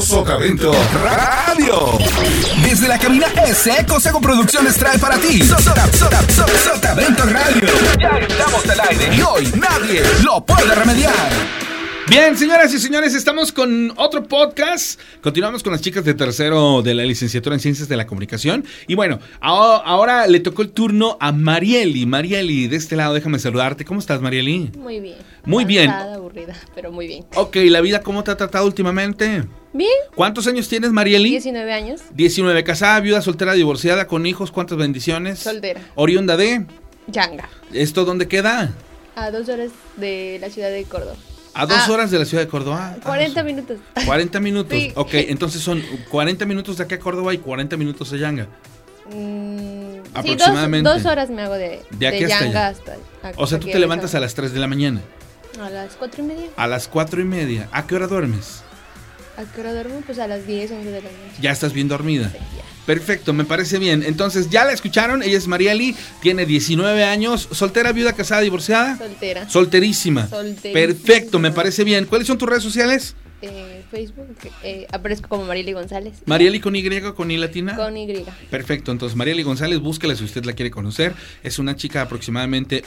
Socavento Radio. Desde la cabina S, Consejo Producciones trae para ti Sotavento Radio. Ya estamos al aire y hoy nadie lo puede remediar. Bien, señoras y señores, estamos con otro podcast. Continuamos con las chicas de tercero de la licenciatura en Ciencias de la Comunicación. Y bueno, aho- ahora le tocó el turno a Marieli. Marieli, de este lado, déjame saludarte. ¿Cómo estás, Marieli? Muy bien. Muy bien. Cansada, aburrida, pero muy bien. Ok, ¿la vida cómo te ha tratado últimamente? Bien, ¿Cuántos años tienes, Marieli? 19 años, 19, casada, viuda, soltera, divorciada, con hijos, ¿cuántas bendiciones? Soltera. Oriunda de... Yanga, ¿Esto dónde queda? a dos horas de la ciudad de Córdoba. A dos Ah. horas de la ciudad de Córdoba. Ah, 40 minutos. 40 minutos. Sí. Ok, entonces son 40 minutos de acá a Córdoba y 40 minutos a Yanga. Mm, Aproximadamente. Sí, dos, dos horas me hago de, De aquí hasta Yanga allá. hasta, O sea, tú te levantas a las 3 de la mañana, A las 4 y media. a las 4 y media. ¿A qué hora duermes? ¿A qué hora duermo? Pues a las 10, 11 de la noche. Ya estás bien dormida. Sí, ya. Perfecto, me parece bien. Entonces, ya la escucharon. Ella es Marieli, tiene 19 años, soltera, viuda, casada, divorciada. Soltera. Solterísima. Solterísima. Perfecto, me parece bien. ¿Cuáles son tus redes sociales? Eh, Facebook, eh, aparezco como Marily González. Marieli con Y, con I latina. Con Y. Perfecto, entonces Marieli González, búsquela si usted la quiere conocer. Es una chica de aproximadamente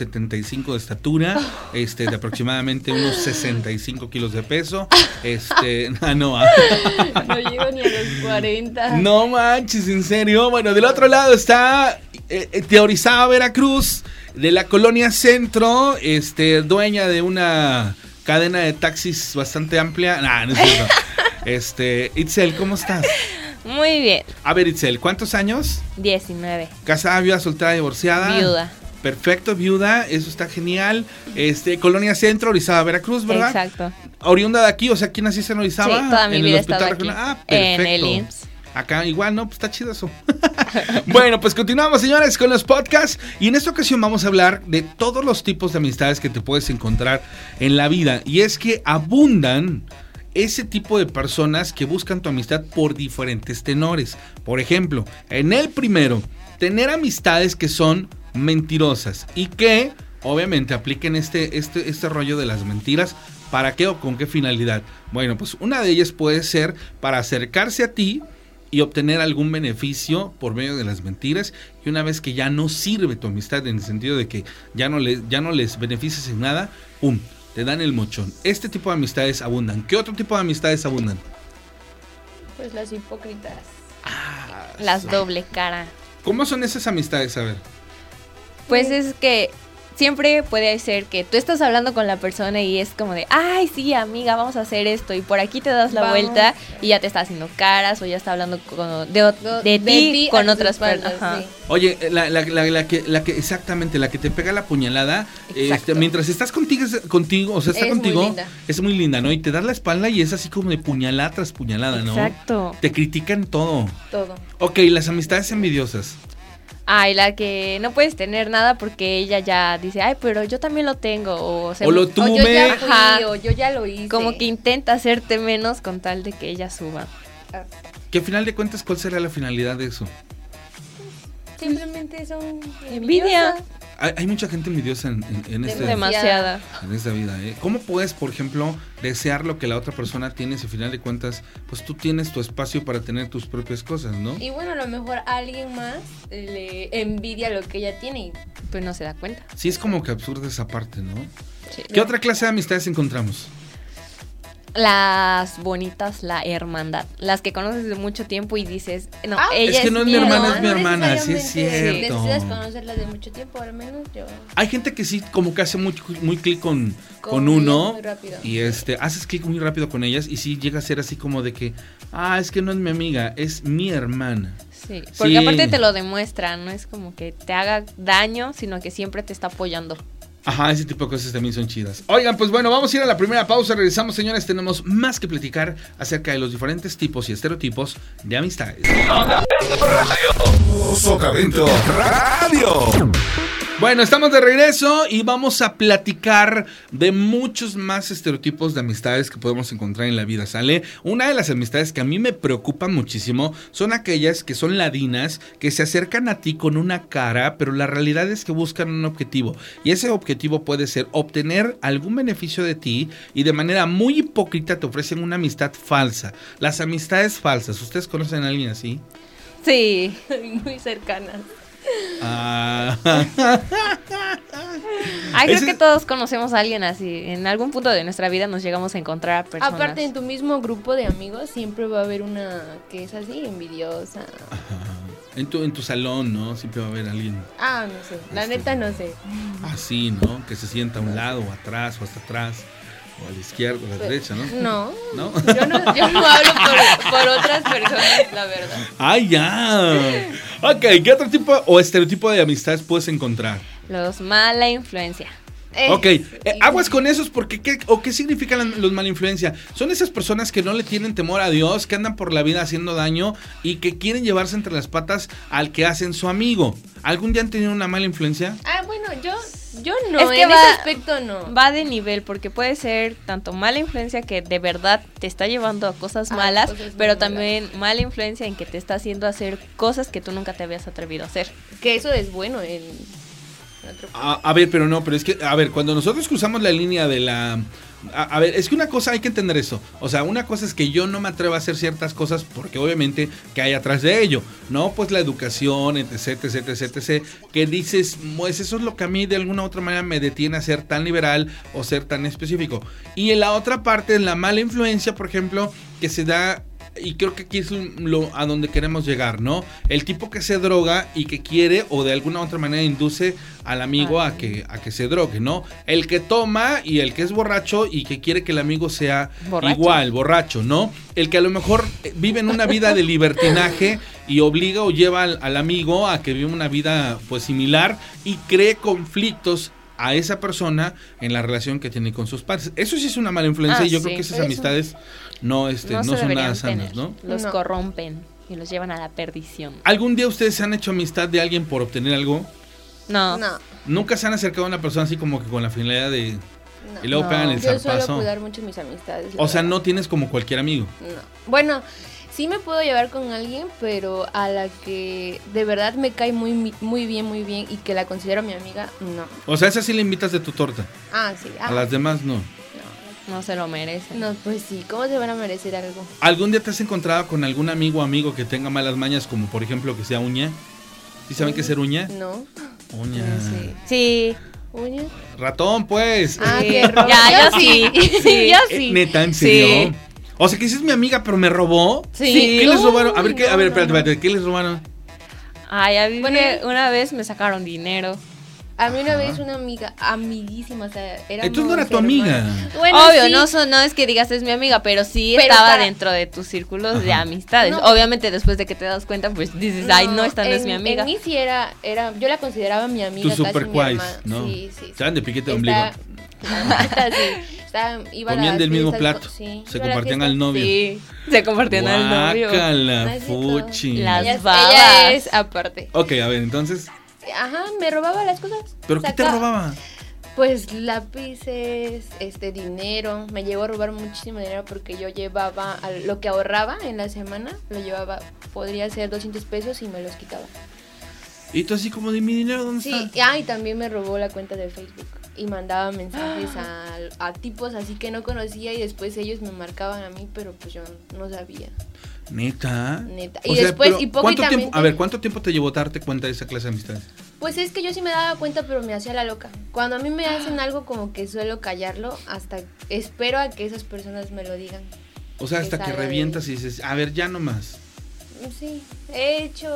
1,75 de estatura, este, de aproximadamente unos 65 kilos de peso. Este, ah, no, ah. No llego ni a los 40. no manches, en serio. Bueno, del otro lado está eh, eh, de Orizaba, Veracruz, de la colonia Centro, este, dueña de una cadena de taxis bastante amplia. Nah, no es cierto. Este, Itzel, ¿cómo estás? Muy bien. A ver, Itzel, ¿cuántos años? 19. Casada, viuda, soltera, divorciada. Viuda. Perfecto, viuda, eso está genial. Este, Colonia Centro, Orizaba, Veracruz, ¿verdad? Exacto. Oriunda de aquí, o sea, ¿quién naciste en Orizaba? Sí, toda mi en vida he estado regional. aquí. Ah, perfecto. En el IMSS. Acá igual, no, pues está chido eso. bueno, pues continuamos, señores, con los podcasts. Y en esta ocasión vamos a hablar de todos los tipos de amistades que te puedes encontrar en la vida. Y es que abundan ese tipo de personas que buscan tu amistad por diferentes tenores. Por ejemplo, en el primero, tener amistades que son mentirosas y que obviamente apliquen este, este, este rollo de las mentiras. ¿Para qué o con qué finalidad? Bueno, pues una de ellas puede ser para acercarse a ti y obtener algún beneficio por medio de las mentiras y una vez que ya no sirve tu amistad en el sentido de que ya no les, ya no les beneficias en nada, ¡pum! Te dan el mochón. Este tipo de amistades abundan. ¿Qué otro tipo de amistades abundan? Pues las hipócritas. Las doble cara. ¿Cómo son esas amistades? A ver. Pues es que siempre puede ser que tú estás hablando con la persona y es como de, ay, sí, amiga, vamos a hacer esto. Y por aquí te das la Vamos. vuelta y ya te está haciendo caras o ya está hablando con- de, ot- Do- de ti ti con a tus otras espaldas, personas. Ajá. sí. Oye, la, la- la- la que, la que exactamente, la que te pega la puñalada, Exacto. este, mientras estás contigo, es- contigo, o sea, está Es muy contigo, linda. es muy linda, ¿no? Y te das la espalda y es así como de puñalada tras puñalada, Ah, ¿no? Exacto. Te critican todo. Todo. Ok, las amistades envidiosas. Ay, la que no puedes tener nada porque ella ya dice, ay, pero yo también lo tengo. O, se- O lo O tuve. yo ya fui, Ajá. o yo ya lo hice. como que intenta hacerte menos con tal de que ella suba. Que al final de cuentas, ¿cuál será la finalidad de eso? Simplemente son Envidia. envidiosas. Hay, hay mucha gente envidiosa en, en- en este- Demasiado. Demasiada. en esta vida. ¿eh? ¿Cómo puedes, por ejemplo, desear lo que la otra persona tiene si al final de cuentas, pues tú tienes tu espacio para tener tus propias cosas, ¿no? Y bueno, a lo mejor alguien más le envidia lo que ella tiene. Pues no se da cuenta. Sí, es como que absurda esa parte, ¿no? Sí. ¿Qué otra clase de amistades encontramos? Las bonitas, la hermandad. Las que conoces de mucho tiempo y dices, no, Ah, ella es que no es mi hermana, es mi no hermana, sí es necesariamente cierto. Necesitas conocerlas de mucho tiempo, al menos yo. Hay gente que sí, como que hace muy, muy clic con, con, Con uno. ellas muy rápido. Y este, haces clic muy rápido con ellas y sí llega a ser así como de que, ah, es que no es mi amiga, es mi hermana. Sí, porque Sí. aparte te lo demuestra, no es como que te haga daño, sino que siempre te está apoyando. Ajá, ese tipo de cosas también son chidas. Oigan, pues bueno, vamos a ir a la primera pausa. Regresamos, señores. Tenemos más que platicar acerca de los diferentes tipos y estereotipos de amistades. Socavento Radio. Bueno, estamos de regreso y vamos a platicar de muchos más estereotipos de amistades que podemos encontrar en la vida, ¿sale? Una de las amistades que a mí me preocupan muchísimo son aquellas que son ladinas, que se acercan a ti con una cara, pero la realidad es que buscan un objetivo. Y ese objetivo puede ser obtener algún beneficio de ti y de manera muy hipócrita te ofrecen una amistad falsa. Las amistades falsas, ¿ustedes conocen a alguien así? Sí. Muy cercanas. Ah, Ay, creo Ese- que todos conocemos a alguien así. En algún punto de nuestra vida nos llegamos a encontrar a personas. Aparte, en tu mismo grupo de amigos siempre va a haber una que es así, envidiosa. en, tu, en tu salón, ¿no? Siempre va a haber alguien. Ah, no sé. La Este. neta no sé. Así, ¿no? Que se sienta a un lado o atrás o hasta atrás o a la izquierda o a la derecha, ¿no? No. ¿No? Yo no, yo no hablo por, por otras personas, la verdad. ¡Ay, ya! Ok, ¿qué otro tipo o estereotipo de amistades puedes encontrar? Los mala influencia. Eh, Ok, eh, aguas con esos porque ¿qué, o qué significan los mala influencia? Son esas personas que no le tienen temor a Dios, que andan por la vida haciendo daño y que quieren llevarse entre las patas al que hacen su amigo. ¿Algún día han tenido una mala influencia? Ah, bueno, yo, yo no. Es que en va- ese aspecto no. Va de nivel porque puede ser tanto mala influencia que de verdad te está llevando a cosas A malas, Ah, cosas muy pero malas. también mala influencia en que te está haciendo hacer cosas que tú nunca te habías atrevido a hacer. Que eso es bueno. En otro- A, a ver, pero no, pero es que, a ver, cuando nosotros cruzamos la línea de la... A, a ver, es que una cosa hay que entender eso. O sea, una cosa es que yo no me atrevo a hacer ciertas cosas porque obviamente que hay atrás de ello. No, pues la educación, etc, etc, etc, etc. Que dices, pues eso es lo que a mí de alguna u otra manera me detiene a ser tan liberal o ser tan específico. Y en la otra parte, en la mala influencia, por ejemplo, que se da y creo que aquí es lo, a donde queremos llegar, ¿no? El tipo que se droga y que quiere o de alguna u otra manera induce al amigo a que, a que se drogue, ¿no? El que toma y el que es borracho y que quiere que el amigo sea Borracho. igual, borracho, ¿no? El que a lo mejor eh, vive en una vida de libertinaje y obliga o lleva al, al amigo a que viva una vida pues similar y cree conflictos a esa persona en la relación que tiene con sus padres. Eso sí es una mala influencia Ah, y yo sí. creo que esas Eso. amistades no, este, no, no, se son deberían nada sanas, tener. ¿no? Los No. corrompen y los llevan a la perdición. ¿Algún día ustedes se han hecho amistad de alguien por obtener algo? No, No. no. ¿Nunca se han acercado a una persona así como que con la finalidad de... Y luego No. pegan el Yo suelo zarpazo. cuidar mucho mis amistades. la O sea, verdad. no tienes como cualquier amigo. No. Bueno, sí me puedo llevar con alguien, pero a la que de verdad me cae muy, mi- muy bien, muy bien y que la considero mi amiga, no. O sea, esa sí le invitas de tu torta. Ah, sí. Ah, A las demás no. No se lo merecen. no. No, pues sí, ¿cómo se van a merecer algo? ¿Algún día te has encontrado con algún amigo o amigo que tenga malas mañas, como por ejemplo que sea uña? ¿Sí saben qué es ser uña? No. Uña. Sí. Uña. Ratón, pues. Ah, Sí. que roba. Ya, yo Yo sí. sí. Sí, yo Eh, sí. Neta, ¿en Sí. serio? O sea, que sí es mi amiga, pero me robó. Sí. ¿Qué les robaron? A ver, ¿qué? A ver, No, no, espérate, espérate, ¿qué les robaron? Ay, a mí Bueno, me- una vez me sacaron dinero. A mí una Ajá. vez una amiga, amiguísima, o sea, era Entonces no era tu amiga. Obvio, no, son, no es que digas es mi amiga, pero sí Pero estaba para- dentro de tus círculos de Ajá. amistades. No. Obviamente después de que te das cuenta, pues dices, ay, no, esta no es mi amiga. En mí sí era, era yo la consideraba mi amiga. Tus casi mi super cuais, hermana. ¿no? Sí, sí. sí. Estaban de piquete de Está- ombligo. está así, está- iba a Comían las del mismo fiestas plato. con- se sí, iba a las compartían fiestas. al novio. Sí, se convirtió en el novio. No Guácala, es cierto. fuchi. Las Ella, babas. ella es aparte. Ok, a ver, entonces. Ajá, me robaba las cosas. ¿Pero qué te Saca- robaba? Pues lápices, este dinero. Me llevó a robar muchísimo dinero porque yo llevaba a- lo que ahorraba en la semana, lo llevaba, podría ser 200 pesos y me los quitaba. Y tú así como de mi dinero, ¿dónde Sí, está? y, ah, y también me robó la cuenta de Facebook y mandaba mensajes a, a tipos así que no conocía y después ellos me marcaban a mí, pero pues yo no sabía. Neta. Neta. Y después, pero ¿cuánto tiempo, hipócritamente- A ver, ¿cuánto tiempo te llevó darte cuenta de esa clase de amistades? Pues es que yo sí me daba cuenta, pero me hacía la loca. Cuando a mí me hacen algo como que suelo callarlo, hasta espero a que esas personas me lo digan. O sea, hasta que Esa de- revientas y dices, a ver, ya no más. Sí, he hecho,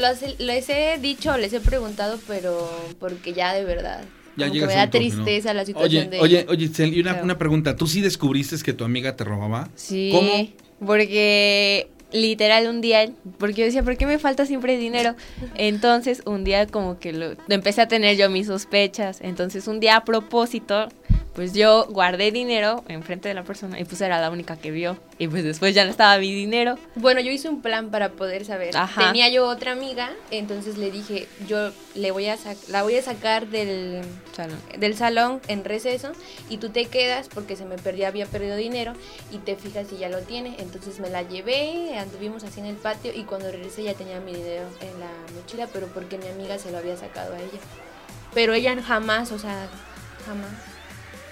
los- les he dicho, les he preguntado, pero porque ya de verdad. Ya como que llegas me a un da tope, ¿no? tristeza la situación Oye, de... oye, oye, Itzel, y una, Claro. una pregunta. ¿Tú sí descubriste que tu amiga te robaba? Sí, ¿Cómo? porque literal un día, porque yo decía, ¿por qué me falta siempre dinero? Entonces un día como que lo, empecé a tener yo mis sospechas, entonces un día a propósito pues yo guardé dinero enfrente de la persona y pues era la única que vio. Y pues después ya no estaba mi dinero. Bueno, yo hice un plan para poder saber. Ajá. Tenía yo otra amiga, entonces le dije, yo le voy a sac- la voy a sacar del, O sea, no. del salón en receso y tú te quedas porque se me perdía, había perdido dinero y te fijas si ya lo tiene. Entonces me la llevé, anduvimos así en el patio y cuando regresé ya tenía mi dinero en la mochila, pero porque mi amiga se lo había sacado a ella. Pero ella jamás, o sea, jamás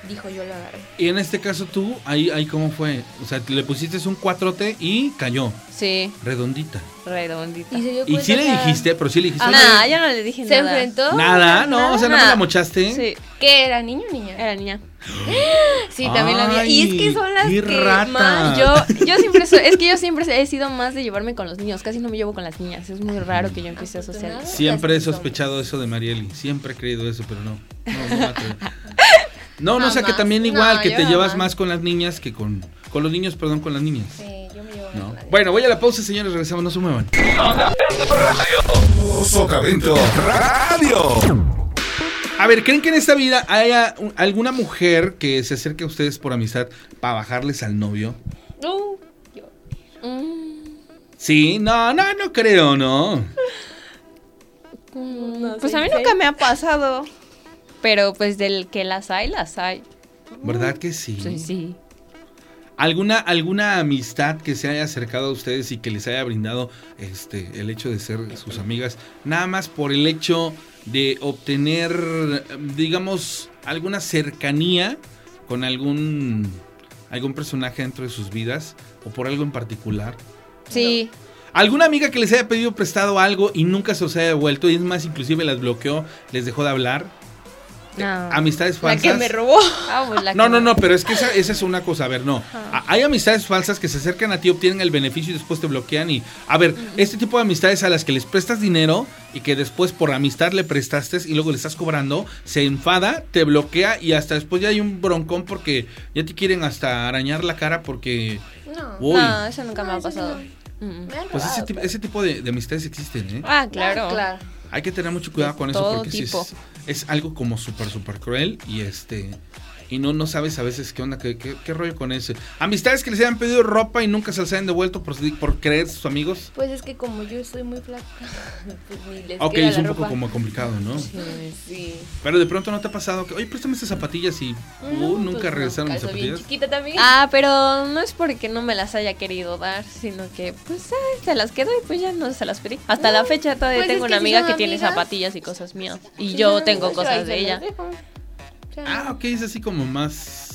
dijo yo lo agarré. Y en este caso tú, ahí, ahí cómo fue. O sea, le pusiste un 4T y cayó, Sí, redondita. redondita. Y se dio Y cuenta, sí o le sea, dijiste, pero sí le dijiste. Ah, Nada, yo no le dije Se nada. enfrentó. Nada, no, o sea, no me Nada. la mochaste. Sí, ¿Qué era, niño o niña? era niña. Sí, también lo había. Y es Ay, que son las qué que rata. más yo. Yo, yo siempre soy- es que yo siempre he sido más de llevarme con los niños, casi no me llevo con las niñas, es muy raro que yo empiece a socializar. Siempre he Las que son. sospechado eso de Marieli. Siempre he creído eso, pero no. No, no, me atrevo. no, no, o sea que Jamás. también igual, No, que yo te llevas jamás. más con las niñas que con. Con los niños, perdón, con las niñas. Sí, yo me llevo No. con la- Bueno, voy a la pausa, señores, regresamos, no se muevan. Sotavento Radio. A ver, ¿creen que en esta vida haya un- alguna mujer que se acerque a ustedes por amistad para bajarles al novio? Uh, yo. Sí, no, no, no creo, no. No Pues sé, a mí sé. nunca me ha pasado. Pero pues del que las hay, las hay. ¿Verdad que sí? Sí, sí. ¿Alguna, alguna amistad que se haya acercado a ustedes y que les haya brindado este, el hecho de ser sus amigas? Nada más por el hecho de obtener, digamos, alguna cercanía con algún, algún personaje dentro de sus vidas o por algo en particular. Sí. ¿Alguna amiga que les haya pedido prestado algo y nunca se os haya devuelto? Y es más, inclusive las bloqueó, les dejó de hablar. Eh, No. Amistades Ah. La falsas. que me robó. Ah, pues la No, que- no, no, pero es que esa, esa es una cosa. A ver, no. A- Hay amistades falsas que se acercan a ti, obtienen el beneficio y después te bloquean. Y, a ver, este tipo de amistades a las que les prestas dinero y que después por amistad le prestaste y luego le estás cobrando, se enfada, te bloquea y hasta después ya hay un broncón porque ya te quieren hasta arañar la cara porque. No. Uy. No, eso nunca me No, ha eso pasado. sí Mm. Me han Pues ese, robado, tip- pero- ese tipo de, de amistades existen, ¿eh? Ah, Claro. claro. Hay que tener mucho cuidado De con eso todo porque sí tipo. es, es algo como súper, súper cruel y este... Y no, no sabes a veces qué onda, qué, qué- qué rollo con ese. Amistades que les hayan pedido ropa y nunca se las hayan devuelto por, por creer sus amigos. Pues es que como yo estoy muy flaca, pues ni les Ok, queda es la un poco ropa. como complicado, ¿no? Sí. Pero de pronto no te ha pasado que, oye, préstame estas zapatillas y uh, Mm, nunca pues no, regresaron mis calzo bien zapatillas. chiquita también. Ah, pero no es porque no me las haya querido dar, sino que pues ay, se las quedo y pues ya no se las pedí. Hasta la fecha todavía pues es tengo que una si amiga que son tiene amigas, zapatillas y cosas mías. Y Sí, yo no, tengo pues yo ahí cosas de se ella. las dejo. O sea, Ah, ok, es así como más...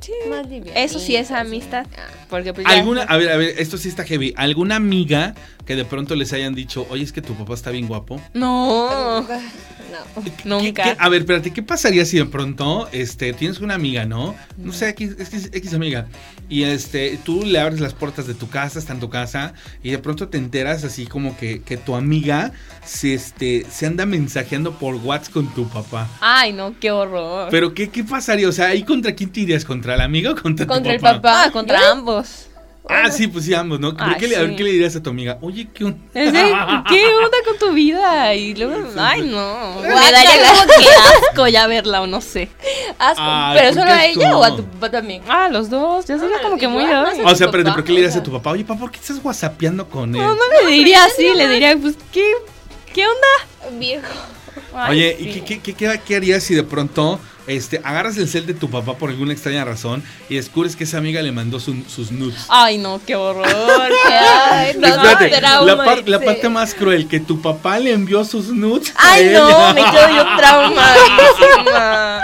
Sí. más livianita, Eso sí es sí. amistad. Ah, Porque pues ya- Alguna, a ver, a ver, esto sí está heavy. ¿Alguna amiga que de pronto les hayan dicho, oye, es que tu papá está bien guapo? No, No. nunca. ¿Qué- qué- a ver, espérate, ¿qué pasaría si de pronto este, tienes una amiga, ¿no? No sé, X, X- X amiga. Y este, tú le abres las puertas de tu casa, está en tu casa, y de pronto te enteras así como que, que tu amiga se, este, se anda mensajeando por WhatsApp con tu papá. Ay, no, qué horror. Pero qué, ¿qué pasaría? O sea, ¿ahí contra quién te irías? ¿Contra la amiga o contra, tu Contra el Ah, papá, contra ambos. Ah, sí, pues sí, ambos, ¿no? Pero Ay, ¿qué le, a ver, sí. ¿qué le dirías a tu amiga? Oye, ¿qué un... Es de, ¿Qué onda con tu vida? Y luego, ay no. Me daría Guácala. como que asco ya verla o no sé. Asco. Ay, ¿Pero Ah, ¿por solo qué a ella tú? o a tu papá también? Ah, los dos. Ya sería como que muy Igual, no ay. sé. O sea, tu pero papá, ¿por qué le dirías o sea. a tu papá? Oye, papá, ¿por qué estás whatsappeando con él? No, no le diría así, le diría, pues, ¿qué, qué onda? Viejo. Ay, Oye, ¿y sí. qué, qué, qué, qué harías si de pronto este, agarras el cel de tu papá por alguna extraña razón y descubres que esa amiga le mandó su- sus nudes? Eh, Ay, no, qué horror. qué asco. no, Espérate, trauma, la, par- la dice. parte más cruel, que tu papá le envió sus nudes. a Ay, ella. no, me quedo yo traumadísima.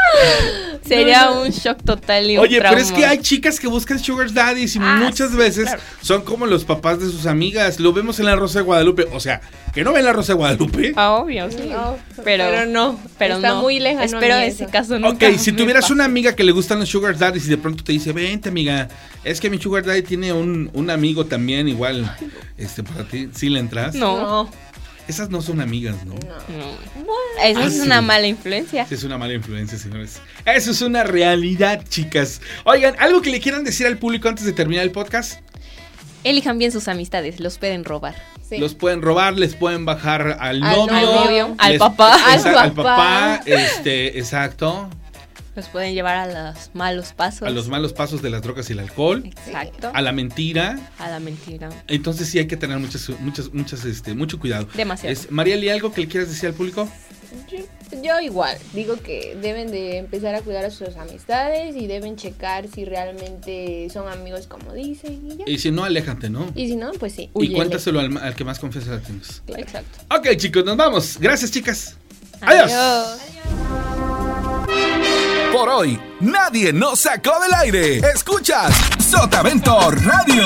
Sería No, no. un shock total y un Oye, pero es trauma. que hay chicas que buscan sugar daddies y Ah, muchas veces son como los papás de sus amigas. Lo vemos en La Rosa de Guadalupe. O sea, que no ven La Rosa de Guadalupe. Ah, obvio, sí. No, pues, pero, pero no, Pero está no. muy lejano Espero a mí ese eso. caso nunca. Ok, si me tuvieras pase. una amiga que le gustan los sugar daddies y de pronto te dice, vente amiga, es que mi sugar daddy tiene un, un amigo también igual, este, para ti, ¿sí le entras? No. Esas no son amigas, ¿no? no. Esa es Ah, una sí. mala influencia. Sí, Es una mala influencia, señores. Eso es una realidad, chicas. Oigan, ¿algo que le quieran decir al público antes de terminar el podcast? Elijan bien sus amistades, los pueden robar. Sí. Los pueden robar, les pueden bajar al, Al novio, novio, al les- papá. exa- Al al papá, papá. este, exacto. Los pueden llevar a los malos pasos. A los malos pasos de las drogas y el alcohol, Exacto. a la mentira. A la mentira. Entonces sí hay que tener muchas, muchas, muchas, este, mucho cuidado. Demasiado. Es, Marieli, ¿algo que le quieras decir al público? Yo, yo igual, digo que deben de empezar a cuidar a sus amistades y deben checar si realmente son amigos como dicen y ya. Y si no, aléjate, ¿no? Y si no, pues sí. Y, cuéntaselo al, al que más confianza le tengas. Exacto. Ok, chicos, nos vamos. Gracias, chicas. Adiós. Oh. Por hoy, nadie nos sacó del aire. Escuchas Sotavento Radio.